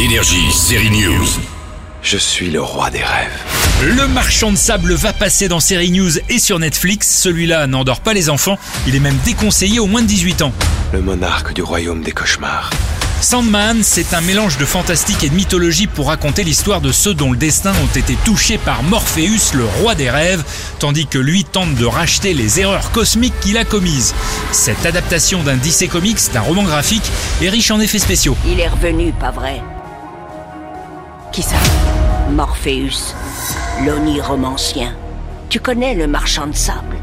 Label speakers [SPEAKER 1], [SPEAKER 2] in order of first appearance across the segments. [SPEAKER 1] Énergie, série news.
[SPEAKER 2] Je suis le roi des rêves.
[SPEAKER 3] Le marchand de sable va passer dans Série News et sur Netflix. Celui-là n'endort pas les enfants, il est même déconseillé aux moins de 18 ans.
[SPEAKER 2] Le monarque du royaume des cauchemars.
[SPEAKER 3] Sandman, c'est un mélange de fantastique et de mythologie pour raconter l'histoire de ceux dont le destin ont été touchés par Morpheus, le roi des rêves, tandis que lui tente de racheter les erreurs cosmiques qu'il a commises. Cette adaptation d'un DC Comics, d'un roman graphique, est riche en effets spéciaux.
[SPEAKER 4] Il est revenu, pas vrai Qui ça Morpheus, l'oniromancien. Tu connais le marchand de sable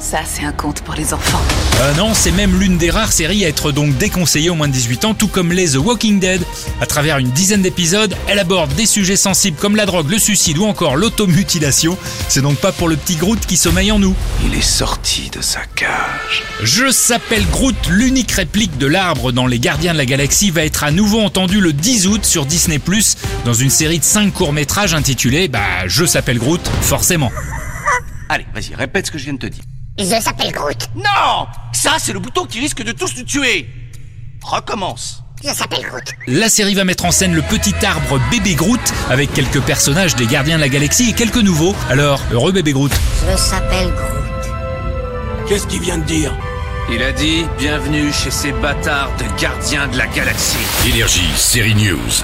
[SPEAKER 5] Ça, c'est un conte pour les enfants.
[SPEAKER 3] Euh, non, c'est même l'une des rares séries à être donc déconseillée aux moins de 18 ans, tout comme les The Walking Dead. À travers une dizaine d'épisodes, elle aborde des sujets sensibles comme la drogue, le suicide ou encore l'automutilation. C'est donc pas pour le petit Groot qui sommeille en nous.
[SPEAKER 2] Il est sorti de sa cage.
[SPEAKER 3] Je s'appelle Groot, l'unique réplique de l'arbre dans Les Gardiens de la Galaxie va être à nouveau entendue le 10 août sur Disney+, dans une série de 5 courts-métrages intitulée bah, « Je s'appelle Groot », forcément.
[SPEAKER 6] Allez, vas-y, répète ce que je viens de te dire.
[SPEAKER 7] Je s'appelle Groot.
[SPEAKER 6] Non Ça, c'est le bouton qui risque de tous nous tuer Recommence
[SPEAKER 7] Je s'appelle Groot.
[SPEAKER 3] La série va mettre en scène le petit arbre Bébé Groot, avec quelques personnages des Gardiens de la Galaxie et quelques nouveaux. Alors, heureux Bébé Groot
[SPEAKER 7] Je s'appelle Groot.
[SPEAKER 8] Qu'est-ce qu'il vient de dire
[SPEAKER 6] Il a dit, bienvenue chez ces bâtards de gardiens de la galaxie.
[SPEAKER 1] Énergie, série news.